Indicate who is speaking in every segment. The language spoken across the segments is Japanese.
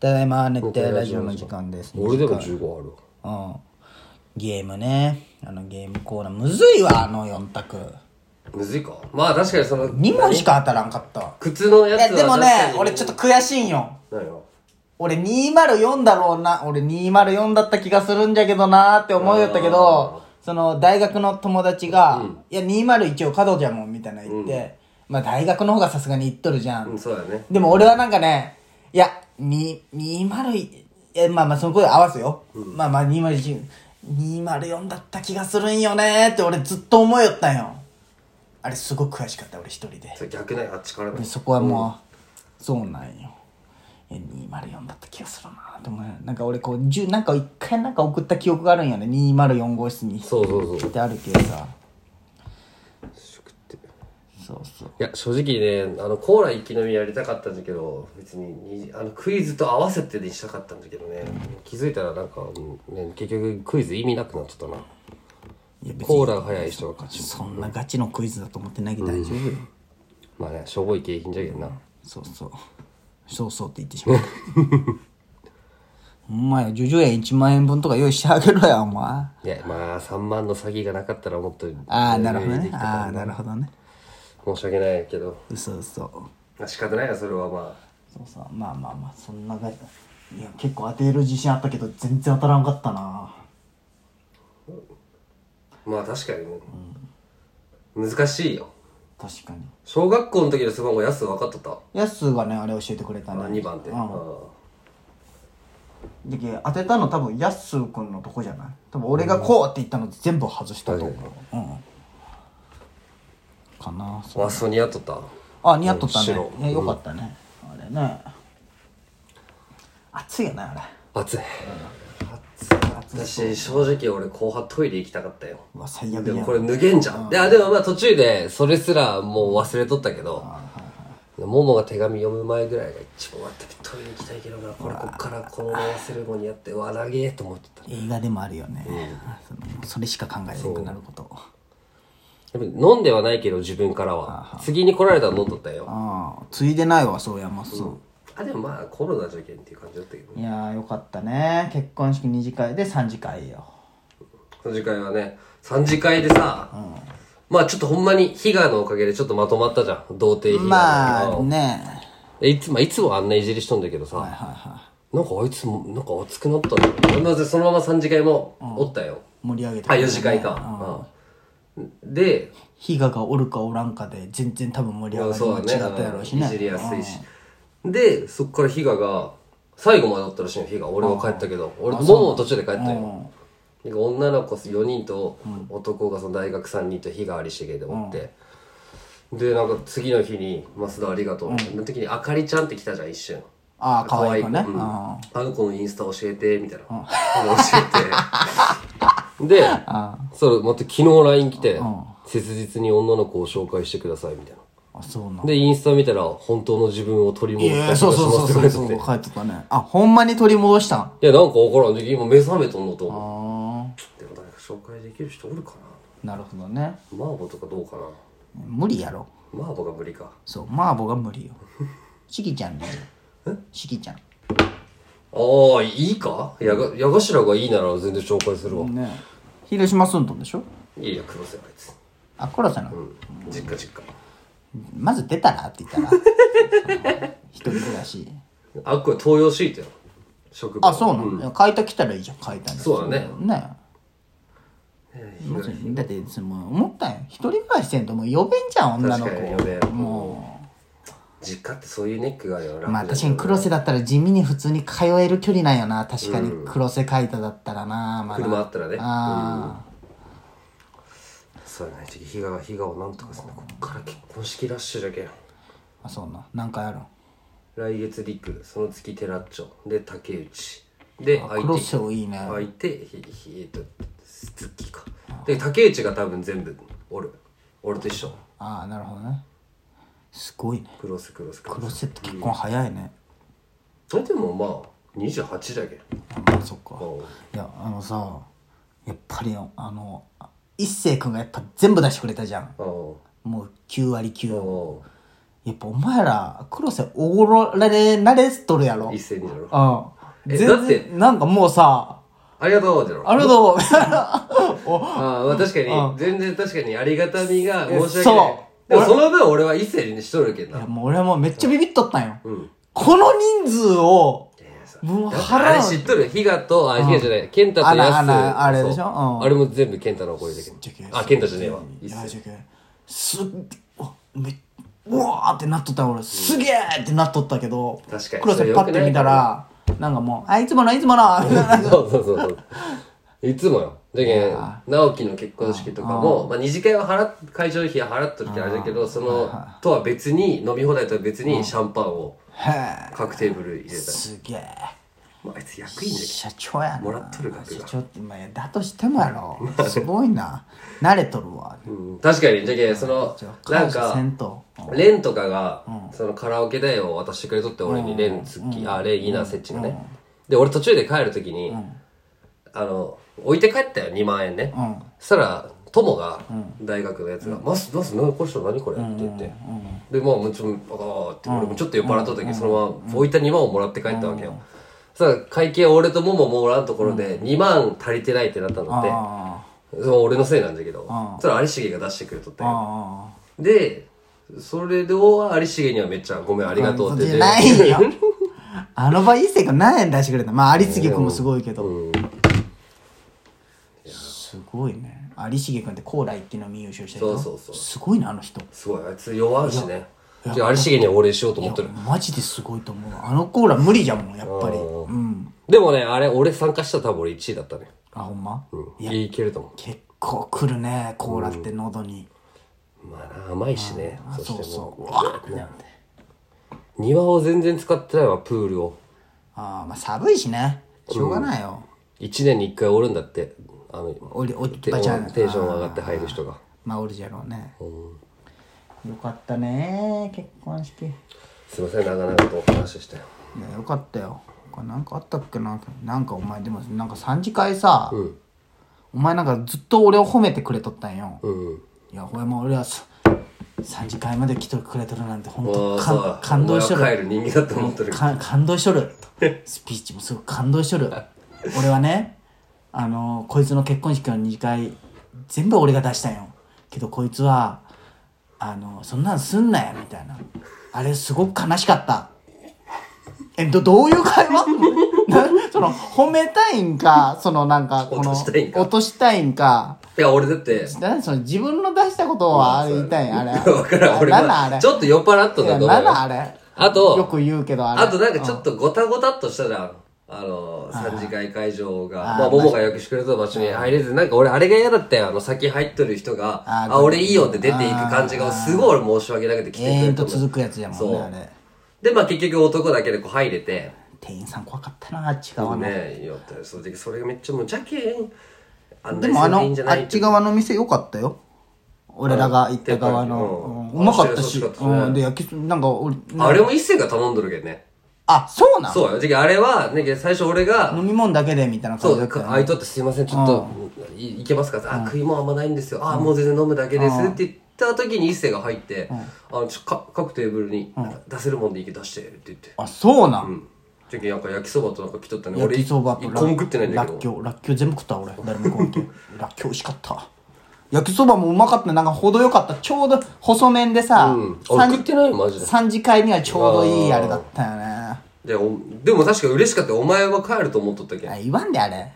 Speaker 1: ただいま熱帯ラジオの時間です
Speaker 2: 俺でも15ある
Speaker 1: うんゲームねあのゲームコーナーむずいわあの4択
Speaker 2: むずいかまあ確かにその
Speaker 1: 2問しか当たらんかったわ
Speaker 2: 靴の
Speaker 1: い
Speaker 2: やつは
Speaker 1: やでもね
Speaker 2: 確かに
Speaker 1: 俺ちょっと悔しいんよ
Speaker 2: 何よ
Speaker 1: 俺204だろうな俺204だった気がするんじゃけどなーって思いよったけどその大学の友達が「いや201を角じゃもん」みたいな言って、まあ大学の方がさすがに言っとるじゃん、
Speaker 2: うんそうだね
Speaker 1: でも俺はなんかね、いや、に201、え、まあまあその声合わせよ。まあまあ201、204だった気がするんよねーって俺ずっと思いよったんよ。あれすごく悔しかった俺一人で。
Speaker 2: それ逆ねあっちからね
Speaker 1: でそこはもう、そうなんよ。いや204だった気がするなーって思うよなんか俺こう、10なんか一回なんか送った記憶があるんよね。204号室に。っ
Speaker 2: そうそうそう
Speaker 1: てあるけどさ。そうそう。
Speaker 2: いや正直ねあのコーラ一気飲みやりたかったんだけど別ににあのクイズと合わせてにしたかったんだけどね気づいたらなんか、うんね、結局クイズ意味なくなっちゃったない
Speaker 1: や別に
Speaker 2: コーラが早い人が勝ち
Speaker 1: そんなガチのクイズだと思ってないけど大丈夫よ。
Speaker 2: まあねしょぼい景品じゃけどな
Speaker 1: そうそう。そうそうって言ってしま った。お前、叙々苑1万円分とか用意してあげろや、お前。あ
Speaker 2: いやまあ3万の詐欺がなかったらもっと
Speaker 1: あ、なるほど
Speaker 2: 余裕で
Speaker 1: ね
Speaker 2: き。たか
Speaker 1: あ
Speaker 2: ら
Speaker 1: あ、なるほどね。
Speaker 2: 申し訳ないけど
Speaker 1: 嘘嘘。
Speaker 2: まあ仕方ないよそれはまあ
Speaker 1: そうそう。まあまあまあ、そんなが、いや、結構当てる自信あったけど、全然当たらんかったな。
Speaker 2: まあ確かにね、難しいよ
Speaker 1: 確かに。
Speaker 2: 小学校の時のスマホ安分かっとった
Speaker 1: やすがね、あれ教えてくれたね。
Speaker 2: 2番って、
Speaker 1: う
Speaker 2: あ
Speaker 1: ん。でけ当てたの多分、やすくんのとこじゃない多分、俺がこうって言ったの全部外したと思う。うん。かな、
Speaker 2: あそう似合っとった
Speaker 1: あ似合っとったね
Speaker 2: 白
Speaker 1: いやよかったね、あれね暑いよねあれ
Speaker 2: 暑い私正直俺後半トイレ行きたかったよ
Speaker 1: うわ最悪
Speaker 2: で
Speaker 1: や
Speaker 2: も
Speaker 1: ん
Speaker 2: これ脱げんじゃんいやでもまあ途中でそれすらもう忘れとったけどももが手紙読む前ぐらいが一番わってトイレ行きたいけどなこれこっからこのセレモニーやってわらげーと思ってた
Speaker 1: 映画でもあるよね、そのそれしか考えなくなること
Speaker 2: やっぱ飲んではないけど自分からは次に来られたら飲んどったよ
Speaker 1: ああついでないわそうやまっす
Speaker 2: あでもまあコロナじゃけんっていう感じだったけど
Speaker 1: いやーよかったね結婚式二次会で三次会よ
Speaker 2: 三次会はね、三次会でさ、まあちょっとほんまに、悲願のおかげでちょっとまとまったじゃん。童貞悲願。
Speaker 1: まあ
Speaker 2: うん
Speaker 1: ね
Speaker 2: えいつも、いつもあんないじりしとんだけどさ、
Speaker 1: はいは
Speaker 2: なんかあいつも、なんか熱くなったね。まずそのまま三次会もおったよ。
Speaker 1: い盛り上げて
Speaker 2: あ、四次会か。うんで、
Speaker 1: 比嘉がおるかおらんかで全然多分盛り上
Speaker 2: そう
Speaker 1: が
Speaker 2: だ
Speaker 1: り
Speaker 2: ね。
Speaker 1: も違ったやろうしね
Speaker 2: いじりやすいし。で、そっから悲願が、最後までおったらしいの、悲願。俺は帰ったけど、俺、もも途中で帰ったよ。なんか女の子4人と男がその大学3人と日替わりしてけでおって、でなんか次の日に「増田ありがとう」の時にあかりちゃんって来たじゃん一瞬
Speaker 1: ああ可愛い子ね
Speaker 2: 可愛い子うん
Speaker 1: あ
Speaker 2: あの子のインスタ教えてみたいな、教えてでそれまた昨日 LINE 来て、切実に女の子を紹介してください」みたいな
Speaker 1: ああそうなん
Speaker 2: でインスタ見たら本当の自分を取り
Speaker 1: い
Speaker 2: 戻
Speaker 1: や
Speaker 2: し
Speaker 1: い
Speaker 2: た
Speaker 1: や
Speaker 2: 気
Speaker 1: そう
Speaker 2: がし
Speaker 1: そ
Speaker 2: ま
Speaker 1: うそう
Speaker 2: す
Speaker 1: そ
Speaker 2: って書
Speaker 1: う
Speaker 2: いて
Speaker 1: そう
Speaker 2: て
Speaker 1: 帰ってたねあほんまに取り戻したん
Speaker 2: いやなんか分からん今目覚めとんのと思う
Speaker 1: あ
Speaker 2: でも誰か紹介できる人おるか
Speaker 1: ーなるほどね
Speaker 2: なマーボとかどうかな
Speaker 1: 無理やろ
Speaker 2: マーボが無理か
Speaker 1: そう麻婆が 無理よしきちゃんねしきちゃん
Speaker 2: ああいいかやが矢頭がいいなら全然紹介するわ、
Speaker 1: ね広島住んどんでしょ
Speaker 2: いいや黒瀬あいつ
Speaker 1: あ殺さな、
Speaker 2: 実家実家
Speaker 1: まず出たらって言 ったらその一人暮らし
Speaker 2: あっこれ東洋シートやろ職場
Speaker 1: あそうなの、いや買いた来たらいいじゃん買いたん
Speaker 2: そうだね
Speaker 1: ねまずだってその思ったんよ一人暮らしせんともう呼べんじゃん女の
Speaker 2: 確かに呼べ
Speaker 1: 子
Speaker 2: ん
Speaker 1: もう
Speaker 2: 実家ってそういうネックがあるよな
Speaker 1: まあ確かに黒瀬だったら地味に普通に通える距離なんよな確かに黒瀬海太だったらな、まだ
Speaker 2: 車あったらね
Speaker 1: ああ、
Speaker 2: そうやね日が日がをなんとかするこっから結婚式ラッシュじゃけん
Speaker 1: あそうな何回あるん
Speaker 2: 来月陸その月テラッチョで竹内で
Speaker 1: あ
Speaker 2: 相
Speaker 1: 黒
Speaker 2: 手
Speaker 1: 瀬をいいね
Speaker 2: 相手ひひえっと月かで竹内が多分全部おる俺と一緒
Speaker 1: ああなるほどねすごいね
Speaker 2: 黒瀬黒瀬
Speaker 1: 黒
Speaker 2: 黒瀬
Speaker 1: 瀬って結婚早いね、
Speaker 2: えでもまあ28じゃけん
Speaker 1: あまあそっか
Speaker 2: うん
Speaker 1: いやあのさやっぱりあの一星君がやっぱ全部出してくれたじゃん
Speaker 2: ああ
Speaker 1: もう9割9
Speaker 2: お
Speaker 1: やっぱお前ら、黒瀬おごられ慣れしとるやろ。う
Speaker 2: 一斉にやろ
Speaker 1: ん。
Speaker 2: え
Speaker 1: 全
Speaker 2: だって
Speaker 1: 然なんかもうさ、
Speaker 2: ありがとうってやろ
Speaker 1: あれだろ、 お
Speaker 2: ああまあ確かに、
Speaker 1: う
Speaker 2: 全然確かにありがたみが申し訳
Speaker 1: そう
Speaker 2: ないでもその分俺は一斉にしとるけん
Speaker 1: いや
Speaker 2: な
Speaker 1: もう俺はもうめっちゃビビっとったんよ。
Speaker 2: うん
Speaker 1: この人数を、
Speaker 2: いやいやさ
Speaker 1: もう
Speaker 2: だって
Speaker 1: 腹
Speaker 2: あ
Speaker 1: を
Speaker 2: れ知っとるヒガとあヒガじゃない健太と
Speaker 1: あ
Speaker 2: ヤス
Speaker 1: らあらあれでしょ
Speaker 2: そう
Speaker 1: うん
Speaker 2: あれも全部健太の声だけど
Speaker 1: じゃけ
Speaker 2: あ健太じゃねえわ
Speaker 1: い
Speaker 2: 一
Speaker 1: や
Speaker 2: 斉
Speaker 1: じゃけすっおめうわーってなっとったよ俺すげーってなっとったけど
Speaker 2: 確かに
Speaker 1: 黒
Speaker 2: それ
Speaker 1: 瀬
Speaker 2: 良
Speaker 1: パ
Speaker 2: く
Speaker 1: ッ
Speaker 2: ない
Speaker 1: て見たらなんかもう「あいつものいつもの」 みたいな
Speaker 2: そうそうそうそう。いつもよ。だけん
Speaker 1: や、
Speaker 2: 直樹の結婚式とかも、まあ、二次会は払っ会場費は払っとるけどあれだけど、その、とは別に、飲み放題とは別にシャンパンを
Speaker 1: へ
Speaker 2: 各テーブル入れた
Speaker 1: ー
Speaker 2: り。
Speaker 1: すげえ
Speaker 2: まあ、あいつ役員だけ
Speaker 1: 社長やな
Speaker 2: もらっとる額
Speaker 1: 社
Speaker 2: が
Speaker 1: 長ってまあだとしてもやろすごいな慣れとるわ
Speaker 2: ど。うん、確かに、じゃけん、その
Speaker 1: じゃ、あ
Speaker 2: なん
Speaker 1: 感謝せ
Speaker 2: か
Speaker 1: ん、と
Speaker 2: レンとかが、そのカラオケ代を渡してくれとって、俺にレン、ツッキー、あ、レン、いいな、セッチのね。で、俺途中で帰るときに、あの、置いて帰ったよ、2万円ね。
Speaker 1: うん
Speaker 2: そしたら、友が、大学のやつが、マス、マス、何これした何これって言って。で、まあ、もうちょっと、あーって、俺もちょっと酔っ払っとったけど、そのまま、置いた2万をもらって帰ったわけよ。そしたら、会計俺ともももおらんところで、2万足りてないってなったんだって。
Speaker 1: あ
Speaker 2: そう俺のせいなんだけど。
Speaker 1: ん
Speaker 2: そしたら、有重が出してくれとった
Speaker 1: あ
Speaker 2: よ。
Speaker 1: あ
Speaker 2: で、それで、有重にはめっちゃ、ごめん、ありがとうって言って。
Speaker 1: ないよ あの場一星君何円出してくれたまあ有杉君もすごいけど、
Speaker 2: うん
Speaker 1: すごいね有重君って高麗っていうのも優勝した
Speaker 2: そ
Speaker 1: 人
Speaker 2: うそうそう
Speaker 1: すごいなあの人
Speaker 2: すごい、あいつ弱いしね。じゃあ、有重にはお礼しようと思ってる。
Speaker 1: マジですごいと思うあのコーラ無理じゃもんやっぱりうん
Speaker 2: でもね、あれ、俺参加したら多分俺1位だったね。
Speaker 1: あほんま、
Speaker 2: うん、
Speaker 1: いや
Speaker 2: いけると思
Speaker 1: 結構くるねコーラって喉に、
Speaker 2: う。まあな、甘いしね。
Speaker 1: あそう
Speaker 2: しても
Speaker 1: そううわーってなって
Speaker 2: う。庭を全然使ってないわ、プールを。
Speaker 1: あーまあ寒いしねしょうがないよ、
Speaker 2: 1年に1回おるんだって。あの、
Speaker 1: おりおり
Speaker 2: テ
Speaker 1: ば
Speaker 2: ン
Speaker 1: ち
Speaker 2: シ
Speaker 1: ゃ
Speaker 2: ョ
Speaker 1: ん
Speaker 2: ンテンション上がって入る人が。
Speaker 1: まあおるじゃろうね、よかったね結婚式
Speaker 2: すいません、長々とお話しして。
Speaker 1: いやよかったよ他なんかあったっけななんかお前でもなんか3次会さ、
Speaker 2: うん。
Speaker 1: お前なんかずっと俺を褒めてくれとったんよ、
Speaker 2: うん。
Speaker 1: いや俺も俺はさ3次会まで来てくれとるなんて本
Speaker 2: も
Speaker 1: 当
Speaker 2: う
Speaker 1: か
Speaker 2: さ、
Speaker 1: 感動しと
Speaker 2: お前は
Speaker 1: る
Speaker 2: 帰る人間だと思ってる。
Speaker 1: か感動しとるスピーチもすごく感動しとる俺はねあのこいつの結婚式の2次会全部俺が出したんよけどこいつはあのそんなんすんなよみたいなあれすごく悲しかったえどどういう会話 なその褒めたいんかそのなんかこの
Speaker 2: 落としたいんか
Speaker 1: 落としたいんか
Speaker 2: いや、俺だって、
Speaker 1: なんその自分の出したことはあれ言いたいんあれ。
Speaker 2: わからん、俺
Speaker 1: なんなんあ
Speaker 2: は。
Speaker 1: れ。
Speaker 2: ちょっと酔っ払っとんだ
Speaker 1: い
Speaker 2: と思
Speaker 1: やな
Speaker 2: うんよ
Speaker 1: なんあれ。
Speaker 2: あと
Speaker 1: よく言うけどあれ。
Speaker 2: あとなんかちょっとごたごたっとしたじゃん。あの、三次会会場が、まあ、ももがよくしてくれた場所に入れず、なんか俺あれが嫌だったよ。あの、先入っとる人が、
Speaker 1: あ
Speaker 2: あ
Speaker 1: ー
Speaker 2: 俺いいよって出ていく感じが、すごい俺申し訳なくて来てく
Speaker 1: 永
Speaker 2: れ
Speaker 1: 遠
Speaker 2: た
Speaker 1: と
Speaker 2: の
Speaker 1: 続くやつやもん
Speaker 2: そ
Speaker 1: ね
Speaker 2: う
Speaker 1: あれ。
Speaker 2: で、まあ結局男だけでこう入れて、
Speaker 1: 店員さん怖かったなあっち側の。
Speaker 2: ねえ、よって、それで、それがめっちゃ無茶けん。あんな
Speaker 1: で
Speaker 2: に
Speaker 1: もあ
Speaker 2: す
Speaker 1: の
Speaker 2: いいんじゃ
Speaker 1: あ
Speaker 2: ない
Speaker 1: っち側の店良かったよ。俺らが行った側の
Speaker 2: うん
Speaker 1: うんうまかった
Speaker 2: 美味
Speaker 1: し、
Speaker 2: しかったね
Speaker 1: うんで焼きそなんか俺
Speaker 2: あれも一星が頼んどるけんね。
Speaker 1: あそうなん。
Speaker 2: そうよ。じゃああれは、ね、最初俺が、
Speaker 1: 飲み物だけでみたいな
Speaker 2: そ
Speaker 1: 感
Speaker 2: う、
Speaker 1: じ
Speaker 2: だ
Speaker 1: だった
Speaker 2: か
Speaker 1: よ
Speaker 2: ら、あいとってすいません、ちょっと、いいけますかあ、食いもんあんまないんですよ。あ、もう全然飲むだけです。って言った時に一星が入って、あの、ちょ、か、各テーブルに、なんか出せるもんでいいけど出して、って言って。
Speaker 1: あそうな。
Speaker 2: うんん。じゃけなんか焼きそばとなんか来とったね。
Speaker 1: 焼
Speaker 2: 俺、
Speaker 1: き
Speaker 2: 一
Speaker 1: そ
Speaker 2: 個
Speaker 1: ば
Speaker 2: も
Speaker 1: と
Speaker 2: 食ってないんだ
Speaker 1: ら
Speaker 2: け
Speaker 1: っき
Speaker 2: ど。
Speaker 1: ょうらっきょう全部食った俺誰も食わんけ んらっきょう美味しかった焼きそばもうまかったなんか程よかったちょうど細麺でさ、
Speaker 2: うん。俺
Speaker 1: 三
Speaker 2: 食ってないよ、マジで。
Speaker 1: 3次会にはちょうどいいあれだったよね
Speaker 2: で、おでも確か嬉しかったよお前は帰ると思っとったけん。い
Speaker 1: あ言わんであれ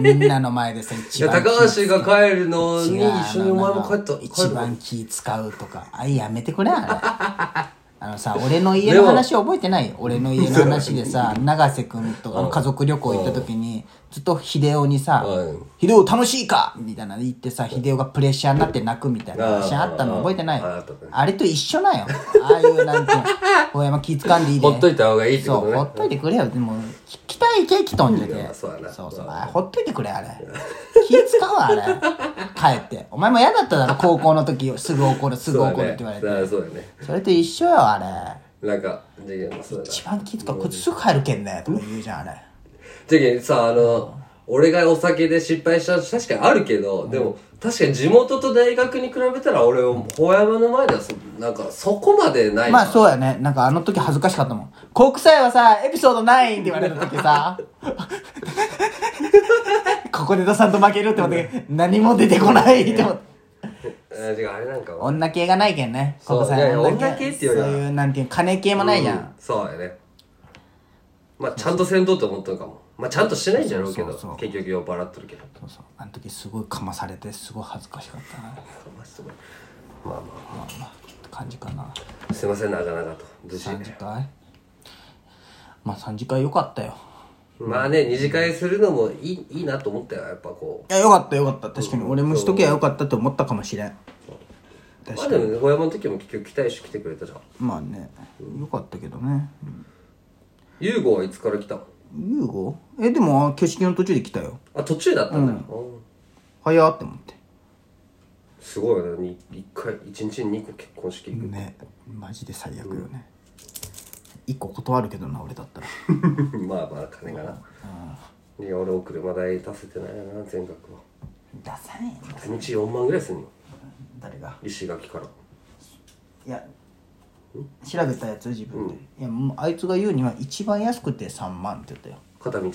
Speaker 1: みんなの前でさ一
Speaker 2: や、
Speaker 1: 番
Speaker 2: 高橋が帰るのに、一緒にお前も帰った。帰
Speaker 1: 一
Speaker 2: る
Speaker 1: 番気使うとかあやめてくれあれあのさ俺の家の話覚えてない俺の家の話でさ永瀬君とあの家族旅行行った時にずっと秀夫にさ
Speaker 2: うん
Speaker 1: 「秀夫楽しいか!」みたいなの言ってさ秀夫がプレッシャーになって泣くみたいな話あったの覚えてない
Speaker 2: ああったね
Speaker 1: あれと一緒なんよああいうなんていうの大山気使んでいいで
Speaker 2: ほっといた方がいいってこ
Speaker 1: そう、
Speaker 2: と
Speaker 1: ほ
Speaker 2: ね
Speaker 1: っ。といてくれよ。でも、き期待ケーキとんじゃけ。
Speaker 2: そうやな
Speaker 1: そうそうあほっといてくれ、あれ。気使うわ、あれ。帰って。お前も嫌だっただ ろ、高校の時、すぐ怒る、すぐ
Speaker 2: そう
Speaker 1: 怒
Speaker 2: だ
Speaker 1: るっ
Speaker 2: ね
Speaker 1: て。言われ
Speaker 2: だ
Speaker 1: て。
Speaker 2: からそうだね。
Speaker 1: それと一緒よ、あ
Speaker 2: なんか、じゃあ、そうだ
Speaker 1: れ。
Speaker 2: な
Speaker 1: 一番気使う。こいつすぐ帰るけんね、とか言うじゃん、あれ。
Speaker 2: じゃけんさ、あの、俺がお酒で失敗したの確かにあるけど、でも確かに地元と大学に比べたら俺を法山の前ではそなんかそこまでないな
Speaker 1: まあそうやね。なんかあの時恥ずかしかったもん。国際はさ、エピソード9って言われた時 さ、ここで出さんと負けるって思ったけど、何も出てこないって思った。
Speaker 2: えー違うあれなんかは
Speaker 1: 女系がないけんね。
Speaker 2: そう
Speaker 1: 国際
Speaker 2: いや
Speaker 1: は
Speaker 2: 女系っていうよりは
Speaker 1: そういう、なんていう、金系もないじゃん。
Speaker 2: うんそうやねまあちゃんとせんとって思ったのかもまあちゃんとしてないんじゃろうけど
Speaker 1: そうそうそう
Speaker 2: 結局酔っ払っとるけど
Speaker 1: そうそう。あの時すごいかまされて、すごい恥ずかしかったな。
Speaker 2: まあすごいまあま
Speaker 1: まあまあ、って感じかな。
Speaker 2: あすいません長々と無事
Speaker 1: 3次会まあ3次会良かったよ。
Speaker 2: まあね二次会するのもいいいいなと思ったよやっぱこ
Speaker 1: いや、良かった良かった。確かに俺もしときゃ良かったって思ったかもしれん。
Speaker 2: うまあでもね小山の時も結局来たいし来てくれたじゃん
Speaker 1: まあね、良かったけどね。
Speaker 2: ユーゴはいつから来たの
Speaker 1: ユーゴえ、でも、挙式の途中で来たよ。
Speaker 2: あ途中だったんだよ、うん
Speaker 1: 早って思って。
Speaker 2: すごいよねに一回一日に2個結婚式行く、
Speaker 1: ね、マジで最悪よね。一個断るけどな、俺だったら。
Speaker 2: まあまあ金がな、いや俺お車代出せてないよな全額は
Speaker 1: ダサい
Speaker 2: 片道4万ぐらいすんよ
Speaker 1: 誰が
Speaker 2: 石垣から
Speaker 1: いや、調べたやつ自分で。いや、もうあいつが言うには一番安くて3万って言ったよ。
Speaker 2: 片道、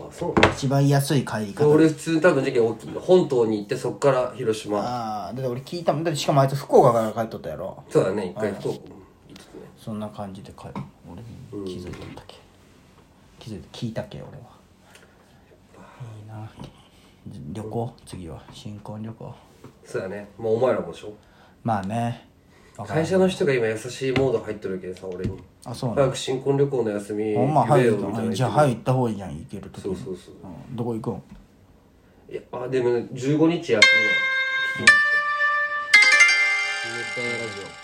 Speaker 2: ああそう
Speaker 1: 一番安い帰り方。
Speaker 2: 俺普通に多分事件大きいの本島に行ってそっから広島
Speaker 1: ああ、だって俺聞いたもん。だってしかもあいつ福岡から帰っとったやろ。
Speaker 2: そうだね一回福岡も行ってたね
Speaker 1: そんな感じで帰る。俺に気づいとったけ。気づいて聞いたけ、俺は。いいな。旅行次は新婚旅行。
Speaker 2: そうだねまあお前らもでしょ
Speaker 1: まあね。わかる
Speaker 2: 会社の人が今優しいモード入ってるけどさ俺に
Speaker 1: あ、そうな
Speaker 2: 早く新婚旅行の休み
Speaker 1: ほん
Speaker 2: 言
Speaker 1: ま
Speaker 2: え
Speaker 1: 早
Speaker 2: よ
Speaker 1: い
Speaker 2: み
Speaker 1: と
Speaker 2: たい
Speaker 1: な。
Speaker 2: ない
Speaker 1: じゃあ早い行った方がいいやん、行けるとき
Speaker 2: そう
Speaker 1: に。
Speaker 2: そうそう
Speaker 1: うんどこ行くん
Speaker 2: いやあでもね15日休みだよ熱帯夜ラジオ